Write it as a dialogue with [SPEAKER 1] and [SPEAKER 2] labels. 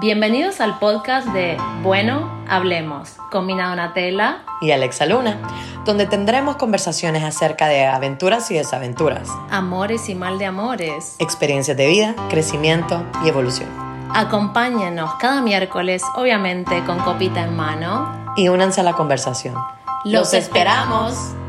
[SPEAKER 1] Bienvenidos al podcast de Bueno, Hablemos, con Mina Donatella.
[SPEAKER 2] y Alexa Luna, donde tendremos conversaciones acerca de aventuras y desaventuras,
[SPEAKER 1] Amores y mal de amores.
[SPEAKER 2] experiencias de vida, crecimiento y evolución.
[SPEAKER 1] Acompáñenos cada miércoles, obviamente con copita en mano.
[SPEAKER 2] Y únanse a la conversación.
[SPEAKER 1] ¡Los esperamos!